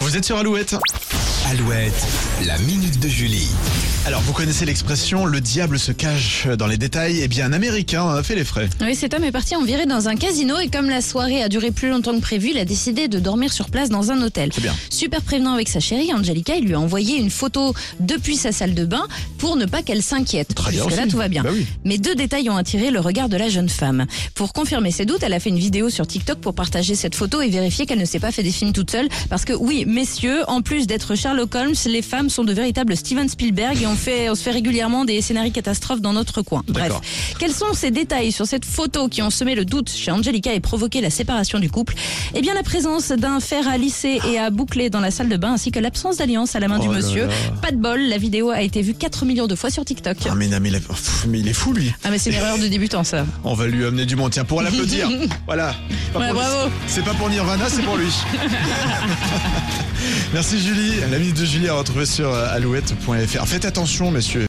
Vous êtes sur Alouette Alouette, la minute de Julie. Alors, vous connaissez l'expression le diable se cache dans les détails Eh bien, un Américain en a fait les frais. Oui, cet homme est parti en virée dans un casino et comme la soirée a duré plus longtemps que prévu, il a décidé de dormir sur place dans un hôtel. C'est bien. Super prévenant avec sa chérie, Angelica, il lui a envoyé une photo depuis sa salle de bain pour ne pas qu'elle s'inquiète. Très bien Jusque-là, aussi. tout va bien. Bah oui. Mais deux détails ont attiré le regard de la jeune femme. Pour confirmer ses doutes, elle a fait une vidéo sur TikTok pour partager cette photo et vérifier qu'elle ne s'est pas fait des films toute seule. Parce que oui, messieurs, en plus d'être Sherlock Holmes, les femmes sont de véritables Steven Spielberg et on, fait, on se fait régulièrement des scénarios catastrophes dans notre coin. Bref, D'accord. quels sont ces détails sur cette photo qui ont semé le doute chez Angelica et provoqué la séparation du couple Eh bien, la présence d'un fer à lisser et à boucler dans la salle de bain ainsi que l'absence d'alliance à la main du Oh là monsieur. là. Pas de bol, la vidéo a été vue 4 millions de fois sur TikTok. Ah, mais, non, mais, il a- pff, mais il est fou, lui. Ah mais c'est une erreur de débutant ça. On va lui amener du monde. Tiens, pour l'applaudir. voilà. Pas Ouais, pour- bravo. C'est pas pour Nirvana, c'est pour lui. euh, Merci, Julie. La minute de Julie à retrouver sur alouette.fr. Faites attention, messieurs.